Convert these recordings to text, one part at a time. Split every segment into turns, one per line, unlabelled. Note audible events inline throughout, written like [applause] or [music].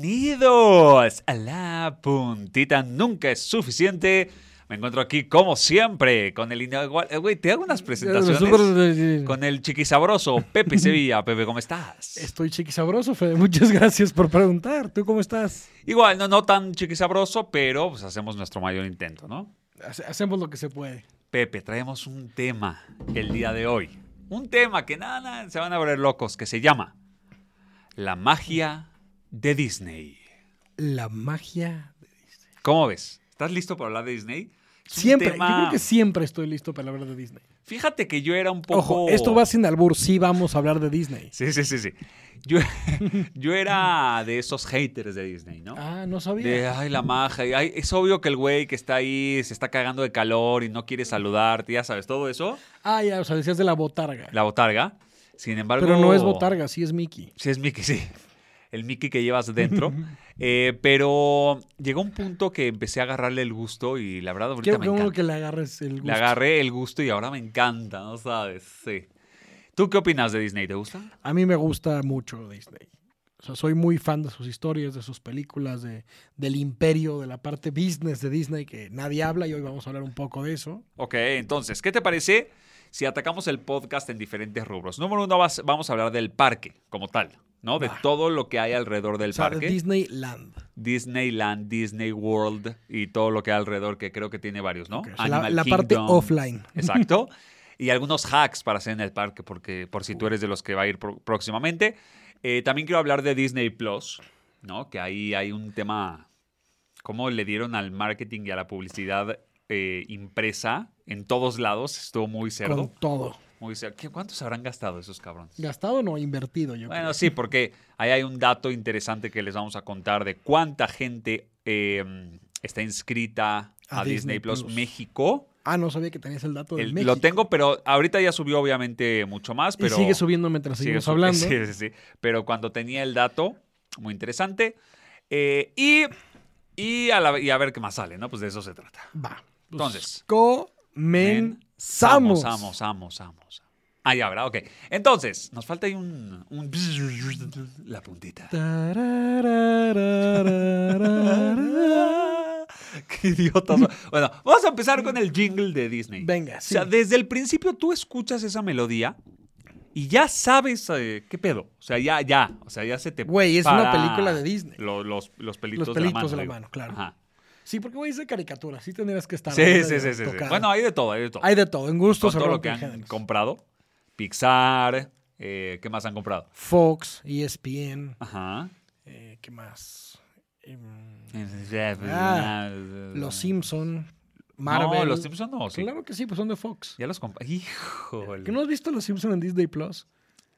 Bienvenidos a la puntita nunca es suficiente. Me encuentro aquí como siempre con el inigual, eh, güey, te hago unas presentaciones con el chiquisabroso Pepe Sevilla. Pepe, ¿cómo estás?
Estoy chiquisabroso, Fede. [laughs] Muchas gracias por preguntar. ¿Tú cómo estás?
Igual, no, no tan chiquisabroso, pero pues hacemos nuestro mayor intento, ¿no?
Hace- Hacemos lo que se puede.
Pepe, traemos un tema el día de hoy. Un tema que nada, nada, se van a volver locos, que se llama La magia de Disney.
La magia. de-
¿Cómo ves? ¿Estás listo para hablar de Disney? Es un
Siempre, yo
tema-
creo que siempre estoy listo para hablar de Disney.
Fíjate que yo era un poco.
Ojo, esto va sin albur. Sí vamos a hablar de Disney.
Sí, sí, sí, sí. Yo, [laughs] yo era de esos haters de Disney, ¿no?
Ah, no sabía.
De, ay, la magia. y, ay, es obvio que el güey que está ahí se está cagando de calor y no quiere saludarte, ya sabes, todo eso.
Ah, ya, o sea, decías de la botarga.
La botarga. Sin embargo.
Pero no es botarga, sí es Mickey.
Sí, es Mickey, sí. El Mickey que llevas
[laughs]
dentro. Eh, pero llegó un punto que empecé a agarrarle el gusto y la verdad ahorita
Qué
me
bueno
encanta.
que le agarres el gusto.
Le agarré el gusto y ahora me encanta, ¿no sabes? Sí. ¿Tú qué opinas de Disney? ¿Te gusta?
A mí me gusta mucho Disney. O sea, soy muy fan de sus historias, de sus películas, de, del imperio, de la parte business de Disney que nadie habla y hoy vamos a hablar un poco de eso.
Ok, entonces, ¿qué te parece si atacamos el podcast en diferentes rubros? Número uno, vas- vamos a hablar del parque como tal, ¿no? De todo lo que hay alrededor del
O sea, de
parque.
Disneyland.
Disneyland, Disney World y todo lo que hay alrededor, que creo que tiene varios, ¿no?
Ok, o sea, la- la parte
Kingdom.
offline.
Exacto. [laughs] Y algunos hacks para hacer en el parque, porque por si tú eres de los que va a ir pro- próximamente. Eh, también quiero hablar de Disney Plus, ¿no? Que ahí hay un tema. Cómo le dieron al marketing y a la publicidad eh, impresa en todos lados. Estuvo muy cerdo.
Con todo.
Muy cerdo. ¿Qué- ¿Cuántos habrán gastado esos cabrones?
Gastado no, invertido, yo
Bueno, sí, porque ahí hay un dato interesante que les vamos a contar de cuánta gente eh, está inscrita a,
A
Disney,
Disney
Plus,
Plus.
México.
creo. Ah, no sabía que tenías el dato de
El-
México.
lo tengo, pero ahorita ya subió obviamente mucho más, pero
Y sigue subiendo mientras
sigue [laughs]
seguimos
sub-
hablando.
Sí, sí, sí. Pero cuando tenía el dato, muy interesante. Eh, y, y, a la- y a ver qué más sale, ¿no? Pues de eso se trata.
Va.
Entonces.
Comenzamos.
Amos, amos, amos. Ah, ya, ¿verdad? Ok. Entonces, nos falta ahí un, un... La puntita. [laughs] Qué idiotas. son. Bueno, vamos a empezar con el jingle de Disney.
Venga,
O sea,
sí.
desde el principio tú escuchas esa melodía y ya sabes eh, qué pedo. O sea, ya, ya. O sea, ya se te.
Güey, es una
para
película de Disney.
lo- los, los pelitos,
Los pelitos de la
digo.
mano, claro.
Ajá.
Sí, porque voy a decir caricatura. Sí tendrías que estar.
Sí,
ahí
sí, sí, sí, sí.
tocado.
Bueno, hay de todo, hay de todo.
hay de todo. En gusto
Con
se
todo lo que
rompen
han
géneros.
comprado. Pixar. eh, ¿Qué más han comprado?
Fox, E ESPN,
Ajá.
eh, ¿qué más? Em, Ah, los Simpson, Marvel.
No, Mm. los Simpsons no. sí.
Claro que sí, pues son de Fox.
Ya los compré. Híjole.
¿Que no has visto los Simpson en Disney Plus?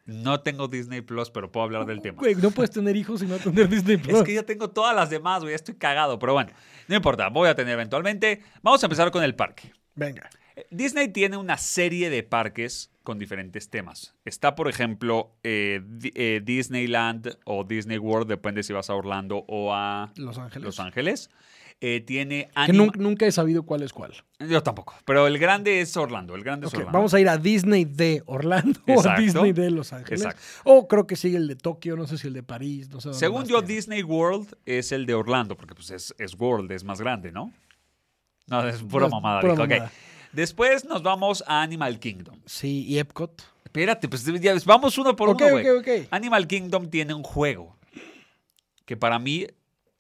No tengo Disney Plus, pero puedo hablar del tema.
Güey, no puedes tener hijos y no tener Disney
[laughs]
Plus.
Es que ya tengo todas las demás, güey. ya Estoy cagado, pero bueno, no importa. Voy a tener eventualmente. Vamos a empezar con el parque.
Venga.
Eh, Disney tiene una serie de parques con diferentes temas. Está, por ejemplo, eh, Di- eh, Disneyland o Disney World, depende si vas a Orlando o a
Los Ángeles.
Los Ángeles. Eh, tiene
Que
anima-
nunca, nunca he sabido cuál es cuál.
Yo tampoco, pero el grande es Orlando. El grande
Ok,
es Orlando.
vamos a ir a Disney de Orlando [laughs] o a
Exacto.
Disney de Los Ángeles.
Exacto.
O creo que sigue el de Tokio, no sé si el de París, no sé dónde
Según
más
yo,
tiene.
Disney World es el de Orlando, porque pues es, es World, es más grande, ¿no? No, es pura
Es
mamada,
pura
dijo, ok.
mamada.
Después nos vamos a Animal Kingdom.
Sí, y Epcot.
Espérate, pues ya ves, vamos uno por
Ok,
uno, güey.
ok, ok.
Animal Kingdom tiene un juego que para mí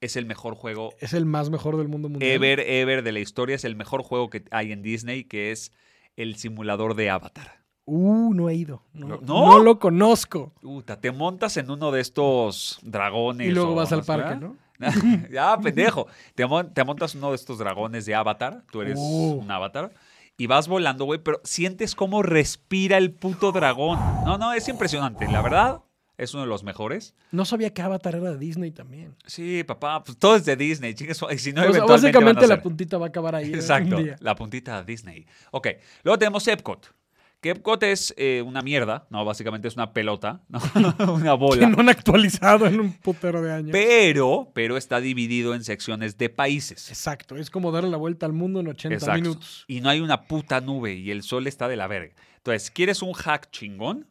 es el mejor juego
Es el más mejor del mundo mundial.
ever, ever de la historia. Es el mejor juego que hay en Disney, que es el simulador de Avatar.
Uh, no he ido. No,
No.
no lo conozco.
Puta, te montas en uno de estos dragones.
Y luego
o
vas al
no sé,
parque,
¿verdad?
¿no?
[laughs] ya, pendejo. Te, mon- te montas uno de estos dragones de Avatar. Tú eres
Uh.
un Avatar. Y vas volando, güey, pero sientes cómo respira el puto dragón. No, no, es impresionante. La verdad, es uno de los mejores.
No sabía que Avatar era de Disney también.
Sí, papá, pues todo es de Disney. chingue su- y si no,
O sea,
eventualmente van
básicamente
a
la
ser.
puntita va a acabar ahí. ¿no?
Exacto,
Un día.
la puntita de Disney. Ok, luego tenemos Epcot. Que Epcot es eh, una mierda, ¿no? Básicamente es una pelota, ¿no? [laughs] una
Que
bola.
no han actualizado en un putero de años.
Pero, pero está dividido en secciones de países.
Exacto, es como darle la vuelta al mundo en 80
Exacto.
minutos.
Y no hay una puta nube y el sol está de la verga. Entonces, ¿quieres un hack chingón?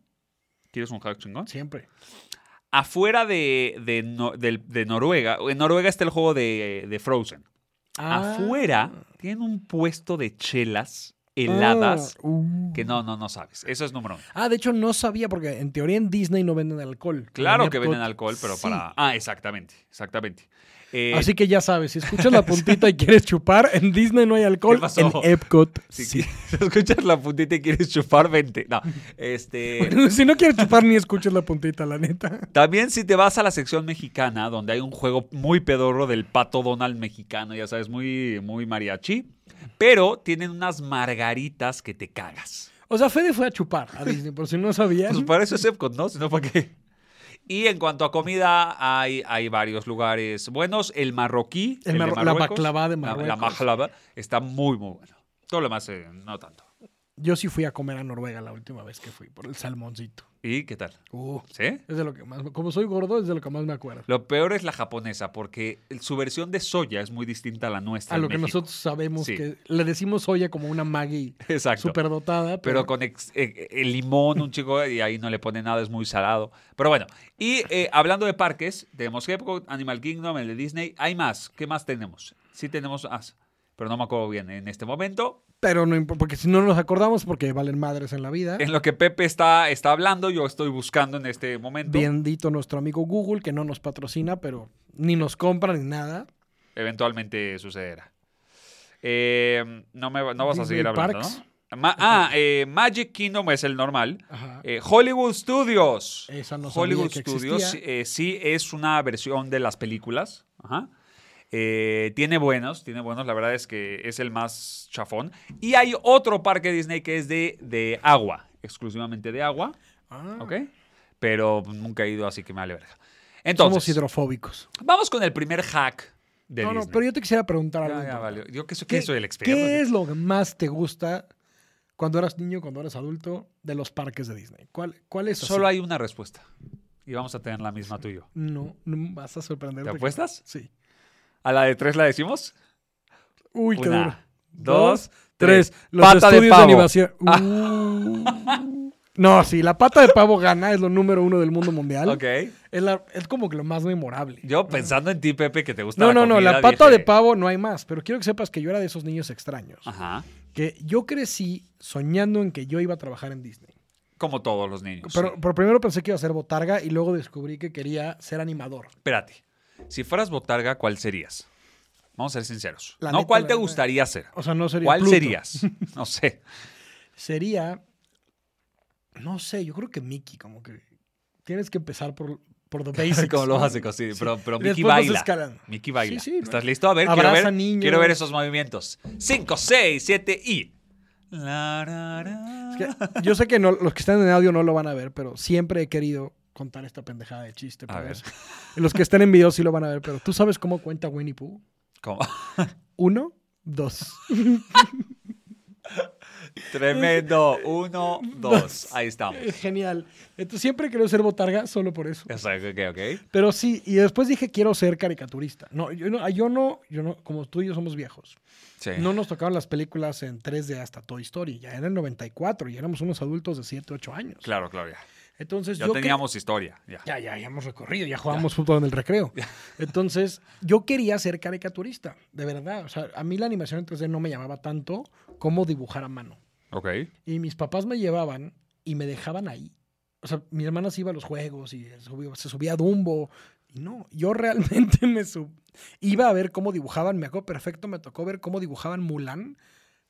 ¿Quieres un hack chingón?
Siempre.
Afuera de, de No- del- de Noruega, en Noruega está el juego de, de Frozen.
Ah.
Afuera tienen un puesto de chelas heladas
Ah, uh.
que no, no, no sabes. Eso es número uno.
Ah, de hecho no sabía porque en teoría en Disney no venden alcohol.
Claro
En
que
Epcot,
venden alcohol, pero
sí.
para. Ah, exactamente, exactamente. Eh,
Así que ya sabes, si escuchas la puntita y quieres chupar, en Disney no hay alcohol,
¿Qué pasó?
en Epcot
si,
sí.
quieres- [laughs] escuchas la puntita y quieres chupar, vente.
[laughs]
No, este.
si no quieres chupar ni escuches la puntita, la neta.
También si te vas a la sección mexicana, donde hay un juego muy pedorro del pato Donald mexicano, ya sabes, muy, muy mariachi, pero tienen unas margaritas que te cagas.
O sea, Fede fue a chupar a Disney, por si no sabías.
Pues para eso es Epcot, ¿no? Si no, ¿para qué? Y en cuanto a comida, hay, hay varios lugares buenos. El marroquí,
El
de
marro- la
Marruecos,
baklava de
la- La,
Marruecos.
baklava está muy, muy bueno. Todo lo demás, eh, no tanto.
Yo sí fui a comer a Noruega la última vez que fui, por el salmoncito.
¿Y qué tal?
Uh,
¿Sí?
es de lo que más, como soy gordo, es de lo que más me acuerdo.
Lo peor es la japonesa, porque su versión de soya es muy distinta a la nuestra.
A
en
lo que
México.
nosotros sabemos
Sí.
que le decimos soya como una Maggie
[laughs] Exacto.
superdotada, pero,
pero con ex- eh, eh, limón, un chico, y ahí no le pone nada, es muy salado. Pero bueno, y eh, hablando de parques, tenemos Epcot, Animal Kingdom, el de Disney, hay más. ¿Qué más tenemos? Sí tenemos más, pero no me acuerdo bien en este momento.
pero no importa, porque si no nos acordamos, porque valen madres en la vida.
En lo que Pepe está, está hablando, yo estoy buscando en este momento.
Bendito nuestro amigo Google, que no nos patrocina, pero ni nos compra ni nada.
Eventualmente sucederá. Eh, no, me, va- no vas a
Disney
seguir hablando,
Parks.
¿no? Ma- ah, eh, Magic Kingdom es el normal.
Ajá.
Eh, Hollywood Studios.
Ah. Esa no sabía
Hollywood
que
Studios
existía.
eh, sí es una versión de las películas. Ajá. Eh, tiene buenos, tiene buenos. La verdad es que es el más chafón. Y hay otro parque Disney que es de, de agua, exclusivamente de agua.
Ah,
¿Ok? Pero nunca he ido, así que me vale verga.
Somos
Entonces,
hidrofóbicos.
vamos con el primer hack de
No, no,
Disney.
pero yo te quisiera preguntar
Ya,
algo.
ya,
importante.
vale. Yo que soy, que
¿Qué,
soy el experto.
qué es lo que más te gusta cuando eras niño, cuando eras adulto, de los parques de Disney? ¿Cuál, cuál es? así?
Solo hay una respuesta. Y vamos a tener la misma tú y yo.
No, no vas a sorprender.
¿Te apuestas?
Sí.
¿A la de tres la decimos?
Uy, qué duro.
Una, dos, tres.
Los
Pata de
estudios
pavo. Ah.
animación. Uh. [laughs] No, sí, la pata de pavo gana, es lo número uno del mundo mundial.
Ok.
Es, la- es como que lo más memorable.
Yo pensando en ti, Pepe, que te gusta
no,
la
no, no, la
Pues comida,
pata
dije-
de pavo no hay más, pero quiero que sepas que yo era de esos niños extraños.
Ajá.
Que yo crecí soñando en que yo iba a trabajar en Disney.
Como todos los niños.
Pero, pero primero pensé que iba a ser botarga y luego descubrí que quería ser animador.
Espérate. Si fueras botarga, ¿cuál serías? Vamos a ser sinceros.
La
no
neta,
cuál
la
te
neta.
gustaría ser.
O sea, no sería
¿Cuál
Pluto.
serías? No
[laughs]
sé.
Sería, no sé, yo creo que Mickey, como que tienes que empezar por, por the
[laughs]
basics.
Como lo
¿no?
hace sí. Pero, pero
Y
Mickey
después vas
baila.
escalando.
Mickey baila.
Sí, sí, ¿no?
¿Estás listo? A ver, quiero
Abraza
ver,
niños.
quiero ver esos movimientos. 5, 6, 7 y. La, ra, ra.
Es que yo sé que no- los que están en audio no lo van a ver, pero siempre he querido contar esta pendejada de chiste.
A ver.
perverso. Los que están en video sí lo van a ver, pero ¿tú sabes cómo cuenta Winnie Pooh?
¿Cómo?
Uno, dos.
[laughs] Tremendo. Uno, dos. Ahí [laughs] estamos.
Es genial. Entonces siempre he querido ser botarga solo por eso.
O sea, ok, ok.
Pero sí, y después dije quiero ser caricaturista. No, yo no, yo no, yo no, como tú y yo somos viejos.
Sí.
No nos tocaban las películas en 3D hasta Toy Story. Ya era el 94 y éramos unos adultos de 7, 8 años.
Claro, claro, ya.
Entonces
Ya
Pues yo que-
teníamos historia. Ya.
Ya, ya, ya hemos recorrido, ya jugábamos fútbol en el recreo. Entonces, yo quería ser caricaturista, de verdad. O sea, a mí la animación en 3D no me llamaba tanto como dibujar a mano.
Ok.
Y mis papás me llevaban y me dejaban ahí. O sea, mi hermana se iba a los juegos y subió- se subía a Dumbo. Y no, yo [laughs] realmente me sub... iba a ver cómo dibujaban. Me acuerdo perfecto, me tocó ver cómo dibujaban Mulan,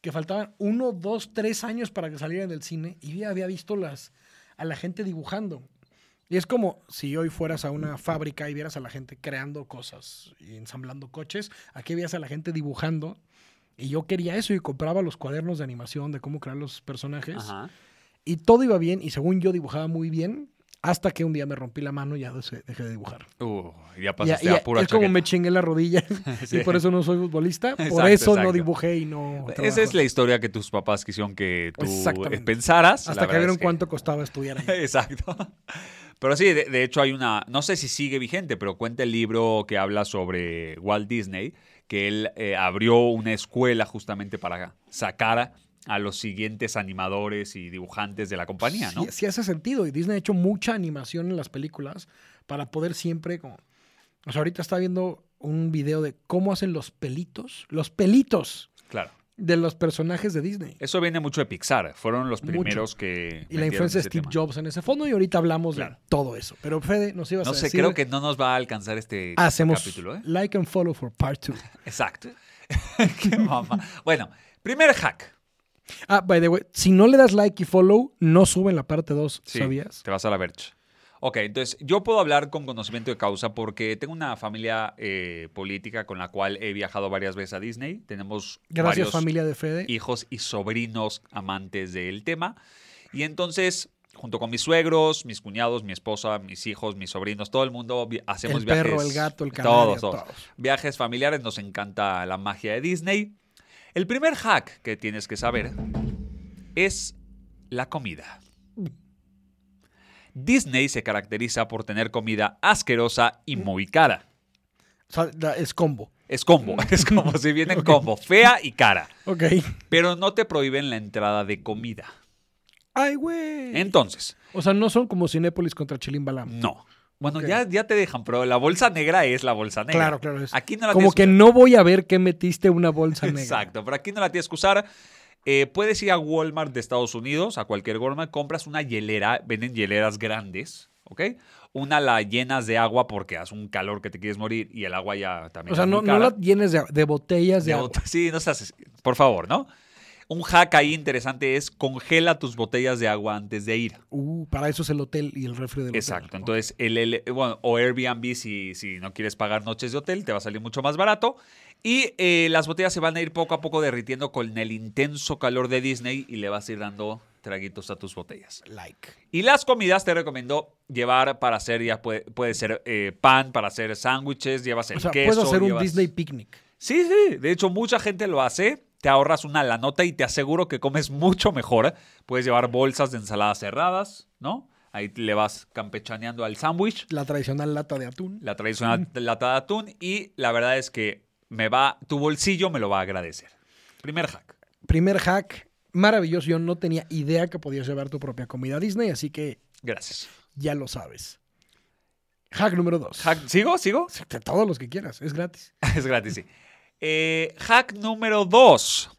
que faltaban uno, dos, tres años para que salieran del cine. Y ya había visto las, a la gente dibujando. Y es como si hoy fueras a una fábrica y vieras a la gente creando cosas y ensamblando coches. Aquí veías a la gente dibujando. Y yo quería eso y compraba los cuadernos de animación de cómo crear los personajes.
Ajá.
Y todo iba bien y según yo dibujaba muy bien hasta que un día me rompí la mano y ya dejé dejé de dibujar.
Uh, ya
Ya-
pasaste
ya-
a pura
es como
chaqueta.
me chingué la rodilla
[laughs] Sí.
y por eso no soy
[laughs]
futbolista. Por
Exacto,
eso
exacto.
no dibujé y no... trabajo.
Esa es la historia que tus papás quisieron que tú
Exactamente.
eh, pensaras. La
Hasta que
verdad
vieron
es
cuánto costaba estudiar ahí.
[laughs] Exacto. Pero sí, de, de hecho hay una, no sé si sigue vigente, pero cuenta el libro que habla sobre Walt Disney, que él eh, abrió una escuela justamente para sacar a los siguientes animadores y dibujantes de la compañía, ¿no?
Sí, sí hace sentido y Disney ha hecho mucha animación en las películas, para poder siempre como... O sea, ahorita está viendo un video de cómo hacen los pelitos, los pelitos
Claro.
de los personajes de Disney.
Eso viene mucho de Pixar. Fueron los
Mucho.
primeros que.
Y la
metieron
influencia de
ese
Steve
tema.
Jobs en ese fondo y ahorita hablamos
Claro.
de todo eso. Pero Fede, nos ibas
No
a
sé,
decir...
creo que no nos va a alcanzar este
Hacemos
capítulo, ¿eh?
like and follow for part 2.
Exacto. [laughs] Qué mamá. Bueno, primer hack.
[laughs] Ah, by the way, si no le das like y follow, no suben la parte 2,
Sí,
¿sabías?
Te vas a la verge. Ok, entonces yo puedo hablar con conocimiento de causa porque tengo una familia eh, política con la cual he viajado varias veces a Disney. Tenemos
Gracias,
varios
familia de Fede.
eh, hijos y sobrinos amantes del tema. Y entonces, junto con mis suegros, mis cuñados, mi esposa, mis hijos, mis sobrinos, todo el mundo vi- hacemos
el
viajes.
perro, el gato, el canario,
todos, todos.
todos.
Viajes familiares, nos encanta la magia de Disney. El primer hack que tienes que saber es la comida. Disney se caracteriza por tener comida asquerosa y muy cara.
O sea, da- es combo.
Es combo, [laughs] es como si viene en combo, fea y cara.
Ok. [laughs]
Pero no te prohíben la entrada de comida.
Ay, güey.
Entonces,
O sea, no son como Cinépolis contra Chilim Balam.
no. Bueno,
Ok.
ya, ya te dejan, pero la bolsa negra es la bolsa negra.
Claro, claro, es
Aquí no la
como
tienes
que no voy a ver que metiste
[laughs]
una bolsa negra.
Exacto, pero aquí no la tienes que usar. Eh, puedes ir a Walmart de Estados Unidos, a cualquier Walmart, compras una hielera, venden hieleras grandes, ¿ok? Una la llenas de agua porque hace un calor que te quieres morir y el agua ya también.
O sea,
es
no,
muy
no
cara.
la llenes de, de botellas de,
De
agua.
bot- Sí, no seas- por favor, ¿no? Un hack ahí interesante es congela tus botellas de agua antes de ir.
Uh, para eso es el hotel y el refri del hotel.
Exacto. Entonces, el, el- bueno, o Airbnb, si, si no quieres pagar noches de hotel, te va a salir mucho más barato. Y eh, las botellas se van a ir poco a poco derritiendo con el intenso calor de Disney y le vas a ir dando traguitos a tus botellas.
Like.
Y las comidas te recomiendo llevar para hacer, ya puede, puede ser eh, pan, para hacer sándwiches, llevas el
O sea,
queso.
puedes hacer un
llevas-
Disney picnic.
Sí, sí. De hecho, mucha gente lo hace. Te ahorras una la nota y te aseguro que comes mucho mejor. Puedes llevar bolsas de ensaladas cerradas, ¿no? Ahí le vas campechaneando al sándwich,
La tradicional lata de atún.
la tradicional lata de atún y la verdad es que me va, tu bolsillo me lo va a agradecer. Primer hack.
Primer hack. Maravilloso. Yo no tenía idea que podías llevar tu propia comida a Disney, así que
Gracias.
ya lo sabes. Hack número dos.
Hack- ¿Sigo? ¿Sigo?
De todos los que quieras. Es gratis.
[laughs] Es gratis, sí. Eh, hack número dos.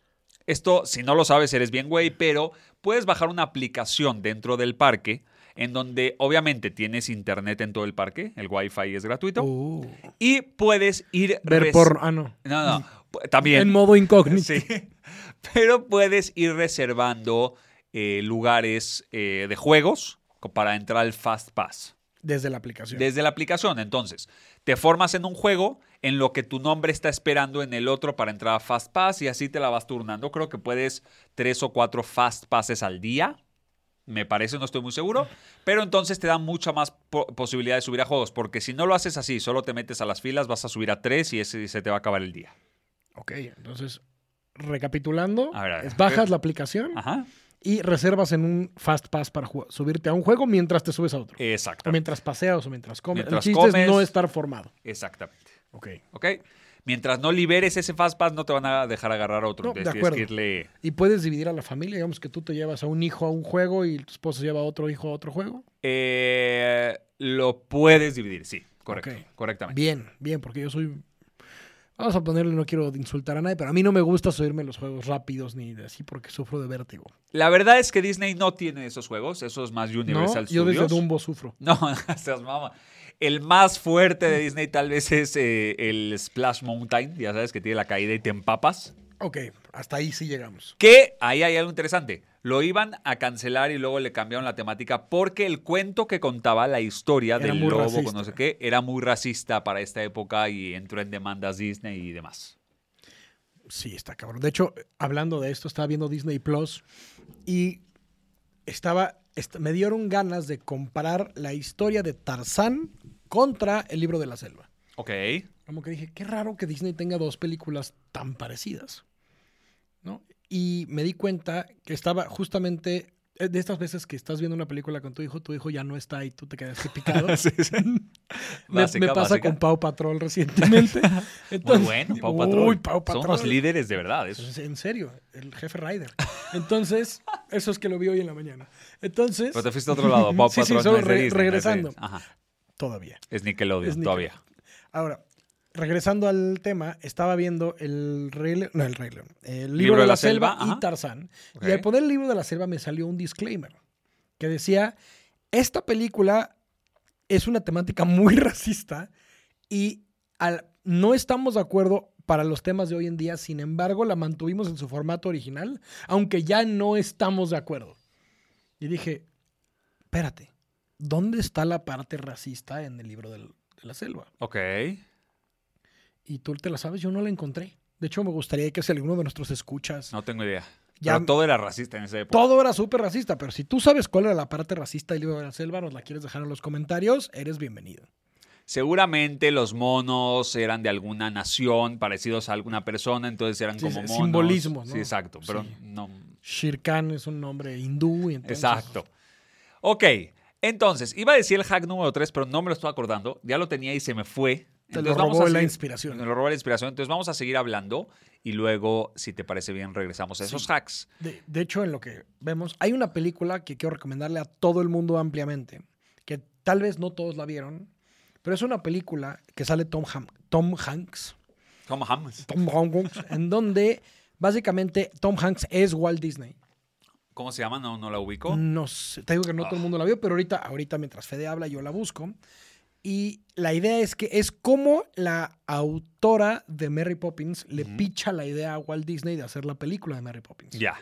Esto, si no lo sabes, eres bien güey, pero puedes bajar una aplicación dentro del parque en donde obviamente tienes internet en todo el parque, el wifi es gratuito,
Oh.
y puedes ir...
Ver
res-
porno. Ah, no.
No, no, pu- también.
En modo incógnito.
Sí. [laughs] Pero puedes ir reservando eh, lugares eh, de juegos co- para entrar al Fast Pass
Desde la aplicación.
desde la aplicación. Entonces, te formas en un juego en lo que tu nombre está esperando en el otro para entrar a Fast Pass y así te la vas turnando. Creo que puedes tres o cuatro Fast Passes al día. Me parece, no estoy muy
[laughs]
seguro. Pero entonces te da mucha más po- posibilidad de subir a juegos. Porque si no lo haces así, solo te metes a las filas, vas a subir a tres y ese se te va a acabar el día.
Ok, entonces, recapitulando,
A ver, a ver. Ah.
es bajas la aplicación
Ajá.
y reservas en un fast pass para ju- subirte a un juego mientras te subes a otro.
Exacto.
O mientras paseas o mientras comes.
Mientras
el chiste
comes.
es no estar formado.
Exactamente.
Ok.
¿Ok? Mientras no liberes ese Fast Pass, no te van a dejar agarrar otro.
No,
Entonces
de
tienes que
acuerdo.
irle-
Y puedes dividir a la familia, digamos que tú te llevas a un hijo a un juego y tu esposo lleva a otro hijo a otro juego.
Eh, lo puedes dividir, sí, correcto,
Ok.
correctamente.
Bien, bien, porque yo soy... Vamos a ponerle, no quiero insultar a nadie, pero a mí no me gusta subirme a los juegos rápidos ni de así porque sufro de vértigo.
La verdad es que Disney no tiene esos juegos, esos más
¿No?
Universal
Yo desde
Studios.
Dumbo sufro.
No, [laughs] seas mamá. El más fuerte de Disney tal vez es eh, el Splash Mountain, ya sabes que tiene la caída y te empapas.
Ok, hasta ahí sí llegamos.
Que ahí hay algo interesante. Lo iban a cancelar y luego le cambiaron la temática porque el cuento que contaba la historia
Era
del
muy
lobo
racista.
con no sé qué era muy racista para esta época y entró en demandas Disney y demás.
Sí, está cabrón. De hecho, hablando de esto, estaba viendo Disney Plus y estaba. est- me dieron ganas de comparar la historia de Tarzán contra el libro de la selva.
Ok.
Como que dije, qué raro que Disney tenga dos películas tan parecidas. ¿No? Y me di cuenta que estaba justamente. eh, De estas veces que estás viendo una película con tu hijo, tu hijo ya no está y tú te quedaste
[laughs]
picado.
Sí, sí.
Me,
Básica,
me pasa
básica.
con Pau Patrol recientemente.
[laughs] Muy
Entonces,
bueno, Pau
uy,
Patrol.
Pau Patrol.
Son unos líderes de verdad. eso.
Entonces, en serio, el jefe Ryder. Entonces, eso es que lo vi hoy en la mañana. Entonces,
Pero te fuiste a otro lado. Pau
Sí,
[laughs]
sí,
Patrol
solo
no es de Disney,
re-
no es de
regresando.
Disney. Ajá.
Todavía.
Es Nickelodeon,
Es Nickel-
todavía.
Ahora, regresando al tema, estaba viendo el Rey Le- no, el Rey León, el libro, de, la, selva,
ajá.
y Tarzán.
Ok.
Y al poner el libro de la selva me salió un disclaimer que decía, esta película es una temática muy [laughs] racista y al- no estamos de acuerdo para los temas de hoy en día, sin embargo la mantuvimos en su formato original, aunque ya no estamos de acuerdo. Y dije, espérate, ¿dónde está la parte racista en el libro del- de la selva?
Ok.
y tú te la sabes, yo no la encontré. De hecho, me gustaría que si alguno de nuestros escuchas.
No tengo idea.
Ya-
Pero todo era racista en esa época.
Todo era súper racista, pero si tú sabes cuál era la parte racista del libro de la selva, nos la quieres dejar en los comentarios, eres bienvenido.
Seguramente los monos eran de alguna nación, parecidos a alguna persona, entonces eran
Sí,
como
sí,
monos.
simbolismo, ¿no?
Sí, exacto. Pero
Sí.
no.
Shirkan es un nombre hindú. y entonces-
Exacto. Ok. Entonces, iba a decir el hack número 3, pero no me lo estoy acordando. Ya lo tenía y se me fue.
Te
Entonces,
lo
vamos
robó
a
la
seguir-
inspiración.
Me lo robó la inspiración. Entonces, vamos a seguir hablando y luego, si te parece bien, regresamos a esos hacks.
De, de hecho, en lo que vemos, hay una película que quiero recomendarle a todo el mundo ampliamente, que tal vez no todos la vieron, pero es una película que sale Tom, Ham- Tom Hanks.
Tom Hanks.
Tom Hanks, en donde básicamente Tom Hanks es Walt Disney.
¿Cómo se llama? No, no la ubico.
No sé, te digo que no
Ah.
todo el mundo la vio, pero ahorita, ahorita mientras Fede habla, yo la busco. Y la idea es que es como la autora de Mary Poppins le
Ujú.
picha la idea a Walt Disney de hacer la película de Mary Poppins.
Ya.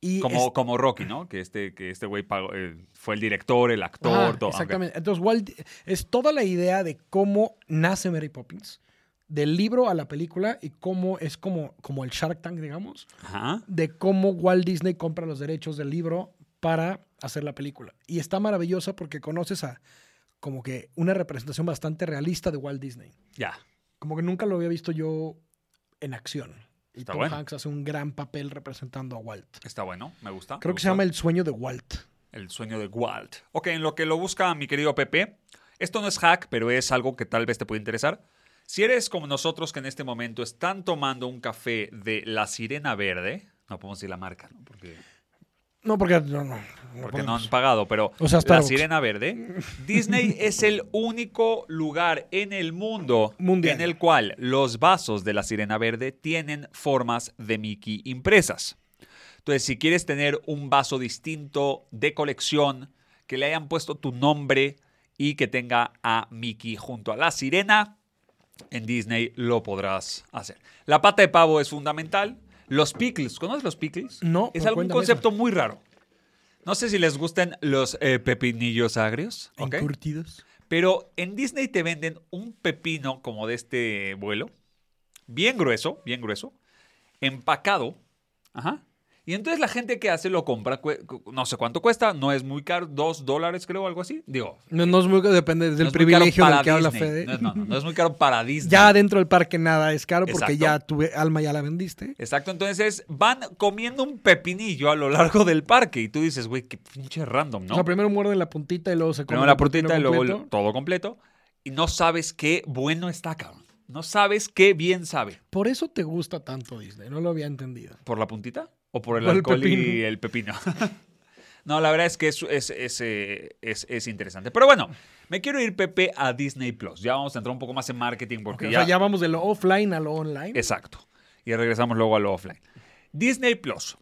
Y
Como,
es-
como Rocky, ¿no? Que este que este güey pagó, eh, fue el director, el actor,
Ah,
todo.
Exactamente. Entonces, Walt es toda la idea de cómo nace Mary Poppins, del libro a la película y cómo es como, como el Shark Tank, digamos,
Ok. Ajá.
de cómo Walt Disney compra los derechos del libro para hacer la película. Y está maravillosa porque conoces a como que una representación bastante realista de Walt Disney.
Ya.
Como que nunca lo había visto yo en acción. Y
Está
Tom
bueno.
Hanks hace un gran papel representando a Walt.
Está bueno, me gusta.
Creo
me
que se
gustó.
llama El sueño de Walt.
El sueño de Walt. Ok, en lo que lo busca mi querido Pepe, esto no es hack, pero es algo que tal vez te puede interesar. Si eres como nosotros que en este momento están tomando un café de La Sirena Verde, no podemos decir la marca, ¿no? Porque,
No, porque no, no. no
porque no
podemos.
han pagado, pero
O sea,
La
Starbucks.
Sirena Verde,
[laughs]
Disney es el único lugar en el mundo
Mundial.
en el cual los vasos de La Sirena Verde tienen formas de Mickey impresas. Entonces, si quieres tener un vaso distinto de colección, que le hayan puesto tu nombre y que tenga a Mickey junto a la sirena, en Disney lo podrás hacer. La pata de pavo es fundamental. Los pickles, ¿conoces los pickles?
No,
Es
pero
algún
cuéntame
concepto muy raro. No sé si les gustan los eh, pepinillos agrios, ¿ok?
Encurtidos.
pero en Disney te venden un pepino como de este vuelo, bien grueso, bien grueso, empacado, ajá. Y entonces la gente que hace lo compra, cue- cu- no sé cuánto cuesta, no es muy caro, dos dólares creo, algo así. Digo,
No, no es muy depende
no es
del
muy caro
privilegio
para
del que habla
Disney.
Fede.
No, es- no, no, no es muy caro para Disney.
[laughs] Ya dentro del parque nada es caro porque
Exacto.
ya tu alma ya la vendiste.
Exacto, entonces van comiendo un pepinillo a lo largo del parque y tú dices, güey, qué pinche random, ¿no?
O sea, primero muerden la puntita y luego se comen
Primero la puntita y luego el-
completo.
todo completo. Y no sabes qué bueno está, cabrón. No sabes qué bien sabe.
Por eso te gusta tanto Disney, no lo había entendido.
¿Por la puntita? ¿O por el
Por el
alcohol y
pepino.
el pepino? [laughs] no, la verdad es que es, es- es, eh, es- es interesante. Pero bueno, me quiero ir, Pepe, a Disney Plus. Ya vamos a entrar un poco más en marketing porque
o
ya.
sea, ya vamos de lo offline a lo online.
Exacto. Y regresamos luego a lo offline. Disney Plus.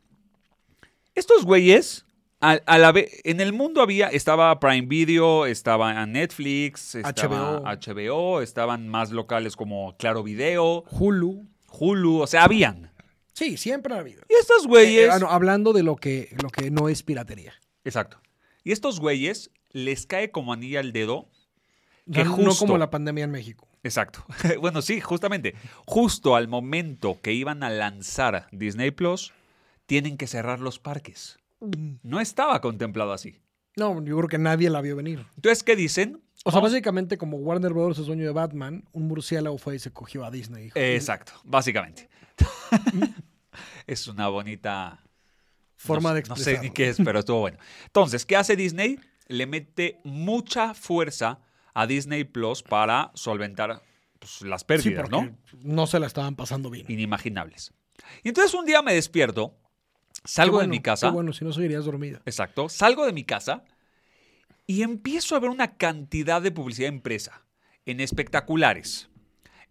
Estos güeyes, a, a la ve- en el mundo había, estaba Prime Video, estaba Netflix, estaba
HBO.
HBO, estaban más locales como Claro Video,
Hulu.
Hulu, o sea, habían.
Sí, siempre ha habido.
Y estos
Eh,
güeyes...
ah, no, hablando de lo que, lo que no es piratería.
Exacto. Y estos güeyes les cae como anilla al dedo
No-
Que
No
justo-
como la pandemia en México.
Exacto. [laughs] bueno, sí, justamente. Justo al momento que iban a lanzar Disney Plus, tienen que cerrar los parques. No estaba contemplado así.
No, yo creo que nadie la vio venir.
Entonces, ¿qué dicen?
O sea, básicamente como Warner Bros. es dueño de Batman, un murciélago fue y se cogió a Disney. dijo,
Exacto, básicamente. [laughs] es una bonita
Forma
no-
de
No
expresarlo.
sé ni qué es, pero estuvo bueno. Entonces, ¿qué hace Disney? Le mete mucha fuerza a Disney Plus para solventar pues, las
Sí,
pérdidas,
porque
¿no?
¿no? se la estaban pasando bien.
inimaginables. Y entonces un día me despierto, salgo
Qué bueno,
de mi casa,
qué bueno, si no seguirías dormida.
exacto, salgo de mi casa Y empiezo a ver una cantidad de publicidad impresa, en espectaculares,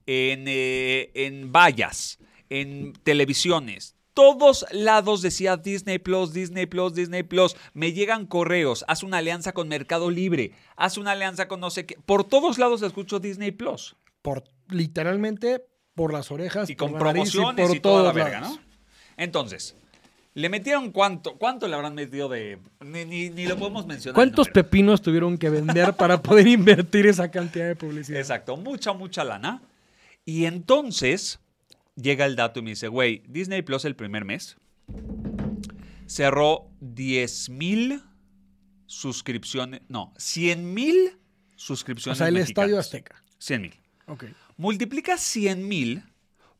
en, eh, en vallas, en televisiones. Todos lados decía Disney Plus, Disney Plus, Disney Plus. Me llegan correos, haz una alianza con Mercado Libre, haz una alianza con no sé qué. Por todos lados escucho Disney Plus.
Por, literalmente por las orejas.
Y con
por la nariz
promociones y,
por
toda la
todos
verga,
lados.
¿no? Entonces, ¿le metieron cuánto? ¿Cuánto le habrán metido de...? Ni, ni- ni lo podemos mencionar.
¿Cuántos
el número.
pepinos tuvieron que vender para poder invertir esa cantidad de publicidad?
Exacto, mucha, mucha lana. Y entonces llega el dato y me dice, güey, Disney Plus el primer mes cerró 10 mil suscripciones, no, 100 mil
O
suscripciones
sea, el
mexicanas.
Estadio Azteca.
100 mil.
Ok.
Multiplica 100 mil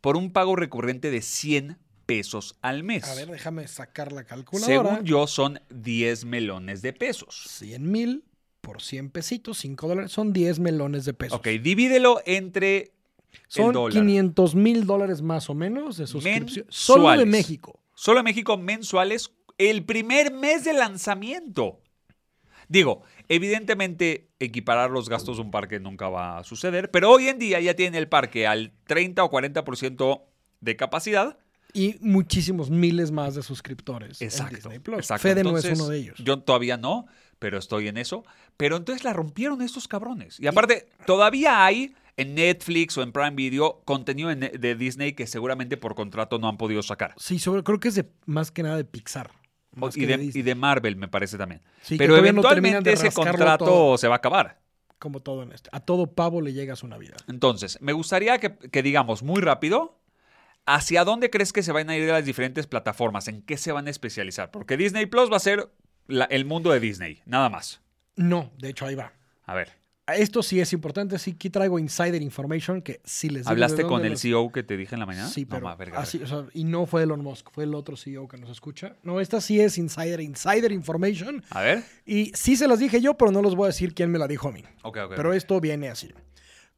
por un pago recurrente de 100 pesos al mes.
A ver, déjame sacar la calculadora.
Según yo, son 10 melones de pesos.
100 mil por 100 pesitos, 5 dólares, son 10 melones de pesos.
Ok, divídelo entre el
Son
dólar.
500 mil dólares más o menos de
Mensuales.
suscripción. Solo de México.
Solo en México mensuales el primer mes de lanzamiento. Digo, evidentemente equiparar los gastos de un parque nunca va a suceder, pero hoy en día ya tiene el parque al 30 o 40% de capacidad.
Y muchísimos miles más de suscriptores. en
Exacto.
Disney Plus.
exacto.
Fede no
Entonces,
es uno de ellos.
Yo todavía no, pero estoy en eso. Pero entonces la rompieron estos cabrones. Y aparte, todavía hay en Netflix o en Prime Video contenido en- de Disney que seguramente por contrato no han podido sacar.
Sí, sobre, creo que es de, más que nada de Pixar. más
Y
que
de,
Disney.
y de Marvel, me parece también.
Sí, que
Pero
todavía no terminan
eventualmente
de
ese
rascarlo
contrato
todo,
se va a acabar.
como todo en este. A todo pavo le llega su Navidad.
Entonces, me gustaría que, que digamos muy rápido hacia dónde crees que se van a ir las diferentes plataformas, en qué se van a especializar. Porque Disney Plus va a ser la- el mundo de Disney, nada más.
No, de hecho ahí va.
A ver,
Esto sí es importante, sí que traigo insider information que sí les digo de
¿hablaste con
dónde
el
las-
CEO que te dije en la mañana?
Sí,
No,
pero
ma, verga,
así, o sea, y no fue Elon Musk, fue el otro CEO que nos escucha. No, esta sí es insider, insider information.
A ver.
Y sí se las dije yo, pero no les voy a decir quién me la dijo a mí.
Ok, ok.
Pero esto viene así.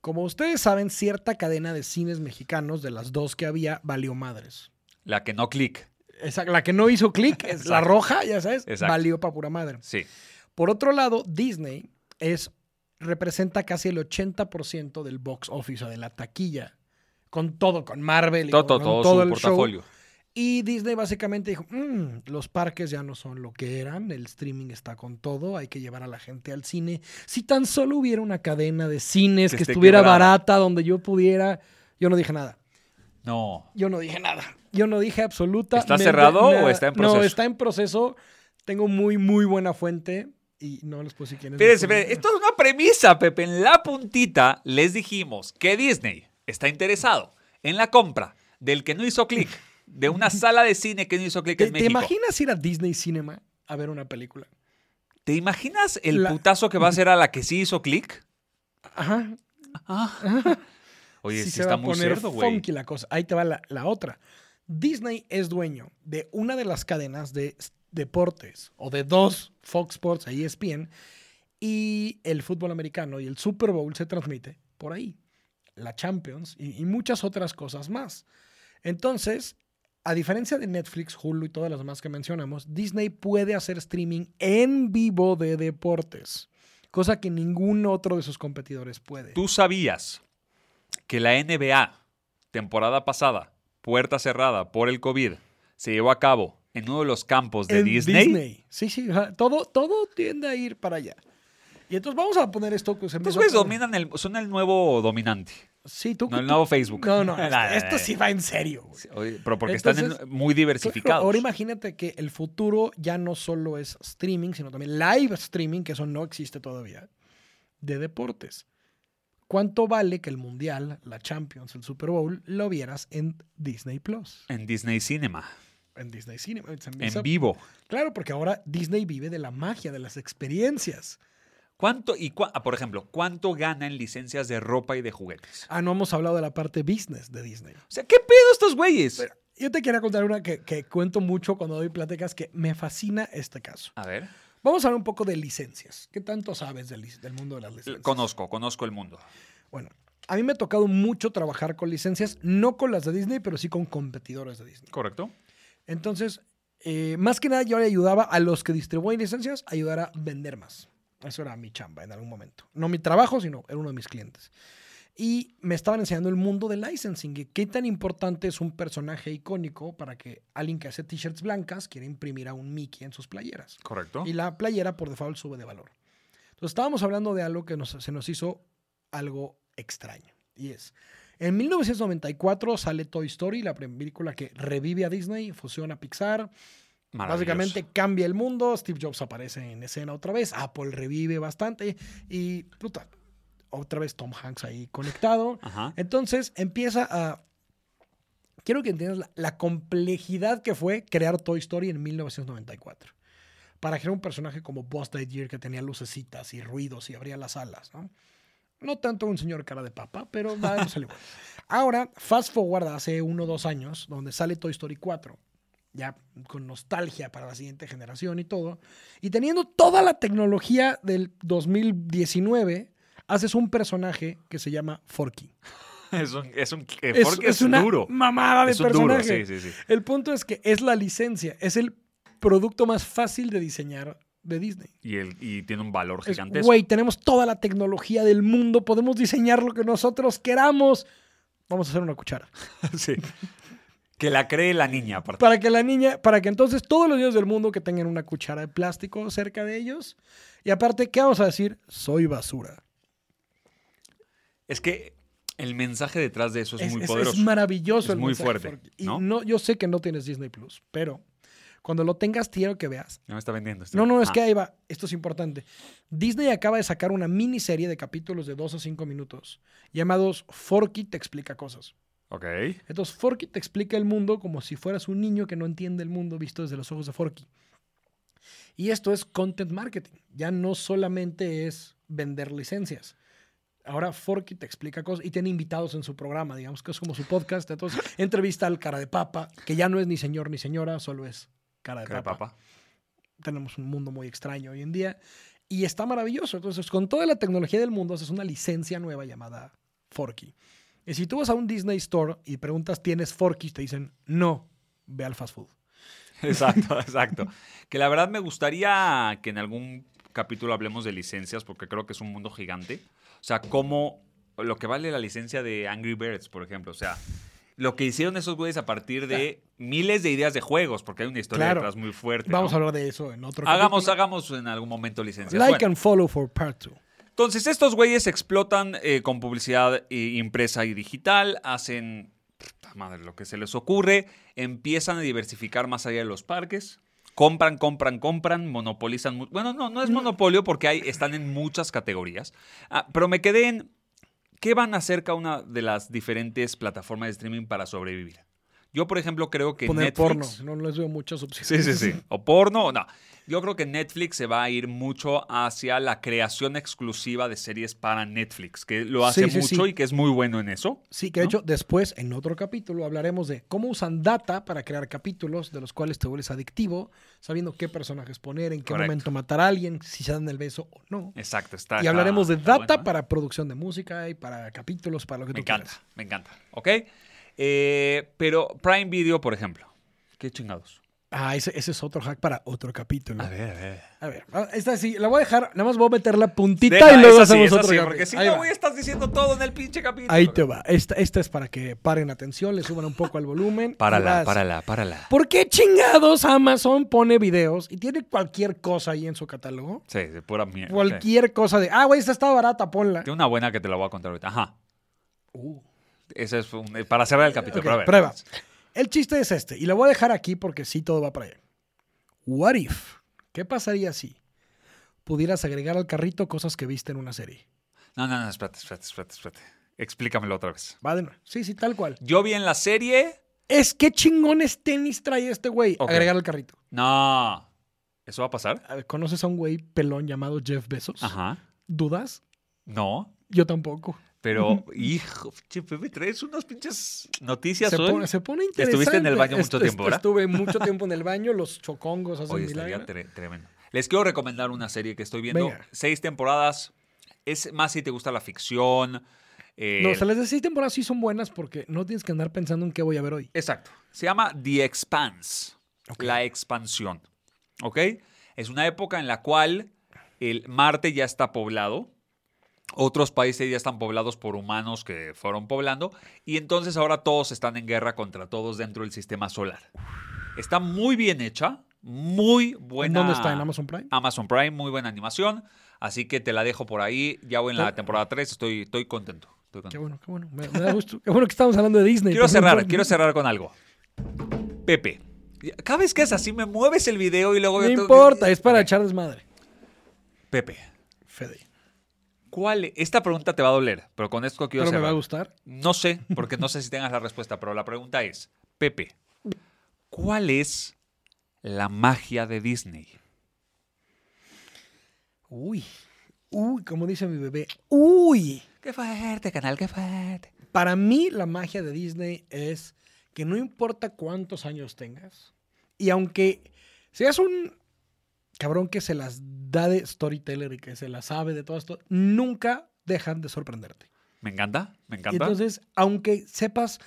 Como ustedes saben, cierta cadena de cines mexicanos, de las dos que había, valió madres.
La que no clic.
Esa- la que no hizo clic, es la
Exacto.
roja, ya sabes,
Exacto.
valió para pura madre.
Sí.
Por otro lado, Disney es, representa casi el 80% del box office, o de la taquilla, con todo, con Marvel y
Todo,
con,
todo,
con
todo
todo
su
el
portafolio.
show. Y Disney básicamente dijo, "Mm, los parques ya no son lo que eran, el streaming está con todo, hay que llevar a la gente al cine. Si tan solo hubiera una cadena de cines
Que
que,
esté
estuviera
quebrada.
barata, donde yo pudiera, yo no dije nada.
No.
Yo no dije nada. Yo no dije absoluta.
¿Está cerrado o está en proceso?
No, está en proceso. Tengo muy, muy buena fuente y no les puse quién es.
Espérense, espérense. Esto es una premisa, Pepe. En la puntita les dijimos que Disney está interesado en la compra del que no hizo clic, de
[laughs]
una sala de cine que no hizo clic
¿Te,
en
te
México.
imaginas ir a Disney Cinema a ver una película?
¿Te imaginas el
La-
putazo que va a ser a la que sí hizo
[laughs]
clic?
Ajá.
Oye, sí,
se
está
va a
muy
poner
cerdo, güey.
funky la cosa. Ahí te va la, la otra. Disney es dueño de una de las cadenas de s- deportes o de dos, Fox Sports e ESPN, y el fútbol americano y el Super Bowl se transmite por ahí. La Champions y, y muchas otras cosas más. Entonces, a diferencia de Netflix, Hulu y todas las demás que mencionamos, Disney puede hacer streaming en vivo de deportes, cosa que ningún otro de sus competidores puede.
¿Tú sabías que la NBA, temporada pasada, puerta cerrada por el COVID, se llevó a cabo en uno de los campos de
En
Disney?
Sí, sí, ajá. todo, todo tiende a ir para allá. Y entonces vamos a poner esto que se
Estos
empezó
güeyes
a-
dominan el, son el nuevo dominante.
Sí, tú.
No, el
tú-
nuevo Facebook. [laughs]
No, no,
Nah,
esto,
nah, nah,
esto
nah.
sí va en serio. güey.
Sí, oye, pero porque están
Entonces,
en- muy
Claro,
diversificados.
ahora imagínate que el futuro ya no solo es streaming, sino también live streaming, que eso no existe todavía, de deportes. ¿Cuánto vale que el Mundial, la Champions, el Super Bowl, lo vieras en Disney Plus?
en Disney Cinema,
En Disney Cinema. Se me hizo-
en vivo.
Claro, porque ahora Disney vive de la magia, de las experiencias.
¿Cuánto y cua- ah, por ejemplo, cuánto gana en licencias de ropa y de juguetes?
Ah, no hemos hablado de la parte business de Disney.
O sea, ¿qué pedo estos güeyes?
Yo te quería contar una que, que cuento mucho cuando doy pláticas que me fascina este caso.
a ver,
Vamos a hablar un poco de licencias. ¿Qué tanto sabes del, lic- del mundo de las licencias?
conozco, conozco el mundo.
Bueno, a mí me ha tocado mucho trabajar con licencias, no con las de Disney, pero sí con competidores de Disney.
¿Correcto?
Entonces, eh, más que nada yo le ayudaba a los que distribuyen licencias a ayudar a vender más. Eso era mi chamba en algún momento. No mi trabajo, sino era uno de mis clientes. Y me estaban enseñando el mundo del licensing. y ¿Qué tan importante es un personaje icónico para que alguien que hace t-shirts blancas quiera imprimir a un Mickey en sus playeras?
Correcto.
Y la playera por default sube de valor. Entonces estábamos hablando de algo que nos- se nos hizo algo extraño. Y es, en 1994 sale Toy Story, la película que revive a Disney, fusiona a Pixar,
Maravilloso.
Básicamente cambia el mundo, Steve Jobs aparece en escena otra vez, Apple revive bastante y puta, otra vez Tom Hanks ahí conectado.
Ajá. [laughs]
[laughs] Entonces empieza a... Quiero que entiendas la, la complejidad que fue crear Toy Story en 1994. Para crear un personaje como Buzz Lightyear que tenía lucecitas y ruidos y abría las alas, ¿no? No tanto un señor cara de papa, pero nada, no salió bueno. Ahora, fast forward a hace uno o dos años, donde sale Toy Story 4, ya con nostalgia para la siguiente generación y todo, y teniendo toda la tecnología del 2019, haces un personaje que se llama Forky.
Es un, es un- eh, porque es,
una
duro.
mamada de
Es un
personaje.
duro, sí, sí, sí.
El punto es que es la licencia, es el producto más fácil de diseñar de Disney.
Y, el, y tiene un valor
Es,
gigantesco.
Güey, tenemos toda la tecnología del mundo, podemos diseñar lo que nosotros queramos. Vamos a hacer una cuchara.
[laughs] Sí. Que la cree la niña, aparte.
Para que la niña, para que entonces todos los niños del mundo que tengan una cuchara de plástico cerca de ellos. Y aparte, ¿qué vamos a decir? Soy basura.
Es que el mensaje detrás de eso es, muy
es-
poderoso.
es
Es
maravilloso. el
muy
mensaje,
fuerte,
porque- Y
¿no?
yo sé que no tienes Disney Plus, pero cuando lo tengas, quiero que veas
no me está vendiendo. esto.
No, no, es
Ah,
que ahí va. Esto es importante. Disney acaba de sacar una miniserie de capítulos de 2 a 5 minutos llamados Forky te explica cosas.
Ok.
Entonces, Forky te explica el mundo como si fueras un niño que no entiende el mundo visto desde los ojos de Forky. Y esto es content marketing. Ya no solamente es vender licencias. Ahora Forky te explica cosas y tiene invitados en su programa, digamos que es como su podcast. Entonces, entrevista al cara de papa, que ya no es ni señor ni señora, solo es cara de
Cara de
papa
papa. [laughs]
tenemos un mundo muy extraño hoy en día y está maravilloso. Entonces, con toda la tecnología del mundo, haces una licencia nueva llamada Forky. Y si tú vas a un Disney Store y preguntas, ¿tienes Forky? Te dicen, no, ve al fast food.
Exacto, exacto. Que la verdad me gustaría que en algún capítulo hablemos de licencias, porque creo que es un mundo gigante. O sea, como lo que vale la licencia de Angry Birds, por ejemplo. O sea, lo que hicieron esos güeyes a partir de miles de ideas de juegos, porque hay una historia
Claro.
detrás muy fuerte.
Vamos a
¿no?
hablar de eso en otro
Hagamos,
capítulo.
hagamos en algún momento licencias.
Like
Bueno,
and follow for part 2.
entonces, estos güeyes explotan eh, con publicidad eh, impresa y digital, hacen puta madre, lo que se les ocurre, empiezan a diversificar más allá de los parques, compran, compran, compran, monopolizan. mu- Bueno, no, no es monopolio porque hay, están en muchas categorías. Ah, pero me quedé en qué van a hacer cada una de las diferentes plataformas de streaming para sobrevivir. Yo, por ejemplo, creo que
Poner
Netflix.
porno. No les veo muchas
Sí,
opciones.
sí, sí. [laughs] O porno, no. Yo creo que Netflix se va a ir mucho hacia la creación exclusiva de series para Netflix, que lo hace
Sí, sí,
mucho
sí.
y que es muy bueno en eso.
Sí, que de hecho, después, en otro capítulo, hablaremos de cómo usan data para crear capítulos de los cuales te vuelves adictivo, sabiendo qué personajes poner, en qué
Correcto.
momento matar a alguien, si se dan el beso o no.
Exacto, está.
Y
está-
hablaremos de
está
data
bueno, ¿eh?
para producción de música y para capítulos, para lo que
Me
tú
encanta,
quieras.
me encanta. ¿Ok? Eh, pero Prime Video, por ejemplo. Qué chingados.
Ah, ese, ese es otro hack para otro capítulo. A ver,
a ver.
ah, esta sí, la voy a dejar, nada más voy a meter la puntita
Deja,
y luego
esa sí,
hacemos
esa
otro
sí,
capítulo.
porque si
Ahí
no,
va.
güey, estás diciendo todo en el pinche capítulo.
Ahí te va. Esta, esta es para que paren atención, le suban un poco al volumen. y
Párala,
vas.
párala, párala.
¿Por qué chingados Amazon pone videos y tiene cualquier cosa ahí en su catálogo?
Sí, de pura mierda. Sí.
Cualquier cosa de, ah, güey, esta está barata, ponla.
Tengo una buena que te la voy a contar ahorita. Ajá.
Uh.
Esa es un- eh, para cerrar el capítulo.
Ok,
pero a ver.
prueba. El chiste es este, y lo voy a dejar aquí porque sí todo va para allá. What if? ¿Qué pasaría si pudieras agregar al carrito cosas que viste en una serie?
No, no, no, espérate, espérate, espérate, espérate. Explícamelo otra vez.
Va de nuevo. Sí, sí, tal cual.
Yo vi en la serie.
Es que chingones tenis trae este güey.
Ok.
Agregar al carrito.
No. ¿Eso va a pasar?
A ver, ¿Conoces a un güey pelón llamado Jeff Bezos?
Ajá.
¿Dudas?
No.
Yo tampoco.
Pero, hijo, che, me traes unas pinches noticias
Se
hoy.
pone, se pone
Estuviste en
interesante.
el baño mucho
Est-
tiempo,
est-
¿verdad?
Estuve mucho tiempo en el baño. Los chocongos hacen
Oye,
milagros.
estaría tre- tremendo. Les quiero recomendar una serie que estoy viendo.
Venga.
Seis temporadas. Es más si te gusta la ficción. eh,
No, o sea, las de seis temporadas sí son buenas porque no tienes que andar pensando en qué voy a ver hoy.
Exacto. Se llama The Expanse.
Ok.
La expansión. ¿Ok? Es una época en la cual eh, El Marte ya está poblado. Otros países ya están poblados por humanos que fueron poblando. Y entonces ahora todos están en guerra contra todos dentro del sistema solar. Está muy bien hecha. Muy
¿En
buena.
dónde está? ¿En Amazon Prime?
Amazon Prime, muy buena animación. Así que te la dejo por ahí. Ya voy en la
Claro.
temporada 3. Estoy, estoy contento. Estoy contento.
Qué bueno, qué bueno. Me, me da gusto. Qué bueno que estamos hablando de Disney. Pues
Quiero
por fin,
cerrar,
por-
quiero cerrar con algo. Pepe. Cada vez que es así, me mueves el video y luego
No
yo tengo
importa,
que-
es para
Ok.
echar desmadre.
Pepe,
Fede.
¿cuál? e-? Esta pregunta te va a doler, pero con esto quiero
Pero me va a
cerrar.
gustar.
No
[laughs]
sé, porque no sé si tengas la respuesta, pero la pregunta es, Pepe, ¿cuál es la magia de Disney?
Uy. Uy, como dice mi bebé. Uy.
Qué fuerte, canal, qué fuerte.
Para mí la magia de Disney es que no importa cuántos años tengas y aunque seas un cabrón que se las da de storyteller y que se las sabe de todo esto, nunca dejan de sorprenderte.
Me encanta, me
Y
encanta.
entonces, aunque sepas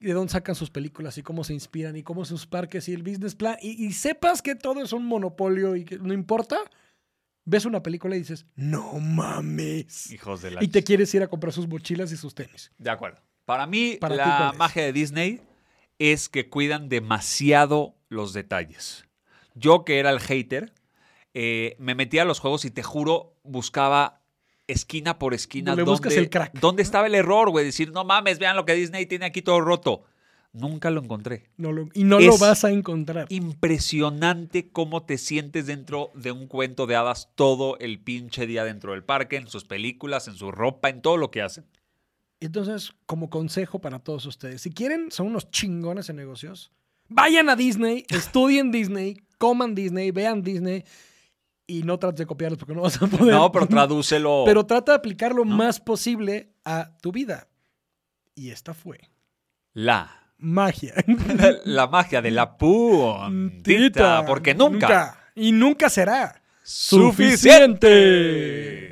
de dónde sacan sus películas y cómo se inspiran y cómo sus parques y el business plan y, y sepas que todo es un monopolio y que no importa, ves una película y dices, no mames.
Hijos de la...
Y te quieres ir a comprar sus mochilas y sus tenis.
De acuerdo. Para mí,
Para ti,
la
¿cuál es?
magia de Disney es que cuidan demasiado los detalles. Yo, que era el hater, eh, me metía a los juegos y te juro, buscaba esquina por esquina
Le
dónde,
buscas el crack.
dónde estaba el error, güey. Decir, no mames, vean lo que Disney tiene aquí todo roto. Nunca lo encontré.
No lo- y no lo
Es-
vas a encontrar.
Impresionante cómo te sientes dentro de un cuento de hadas todo el pinche día dentro del parque, en sus películas, en su ropa, en todo lo que hacen.
Entonces, como consejo para todos ustedes, si quieren, son unos chingones en negocios, vayan
[laughs]
a Disney, estudien Disney, coman Disney, vean Disney y no trates de copiarlos porque no vas a poder.
No,
[laughs]
pero tradúcelo.
Pero trata de aplicar lo
No.
más posible a tu vida. Y esta fue
la
magia.
la, la magia de la puntita, porque nunca,
Y nunca será.
suficiente.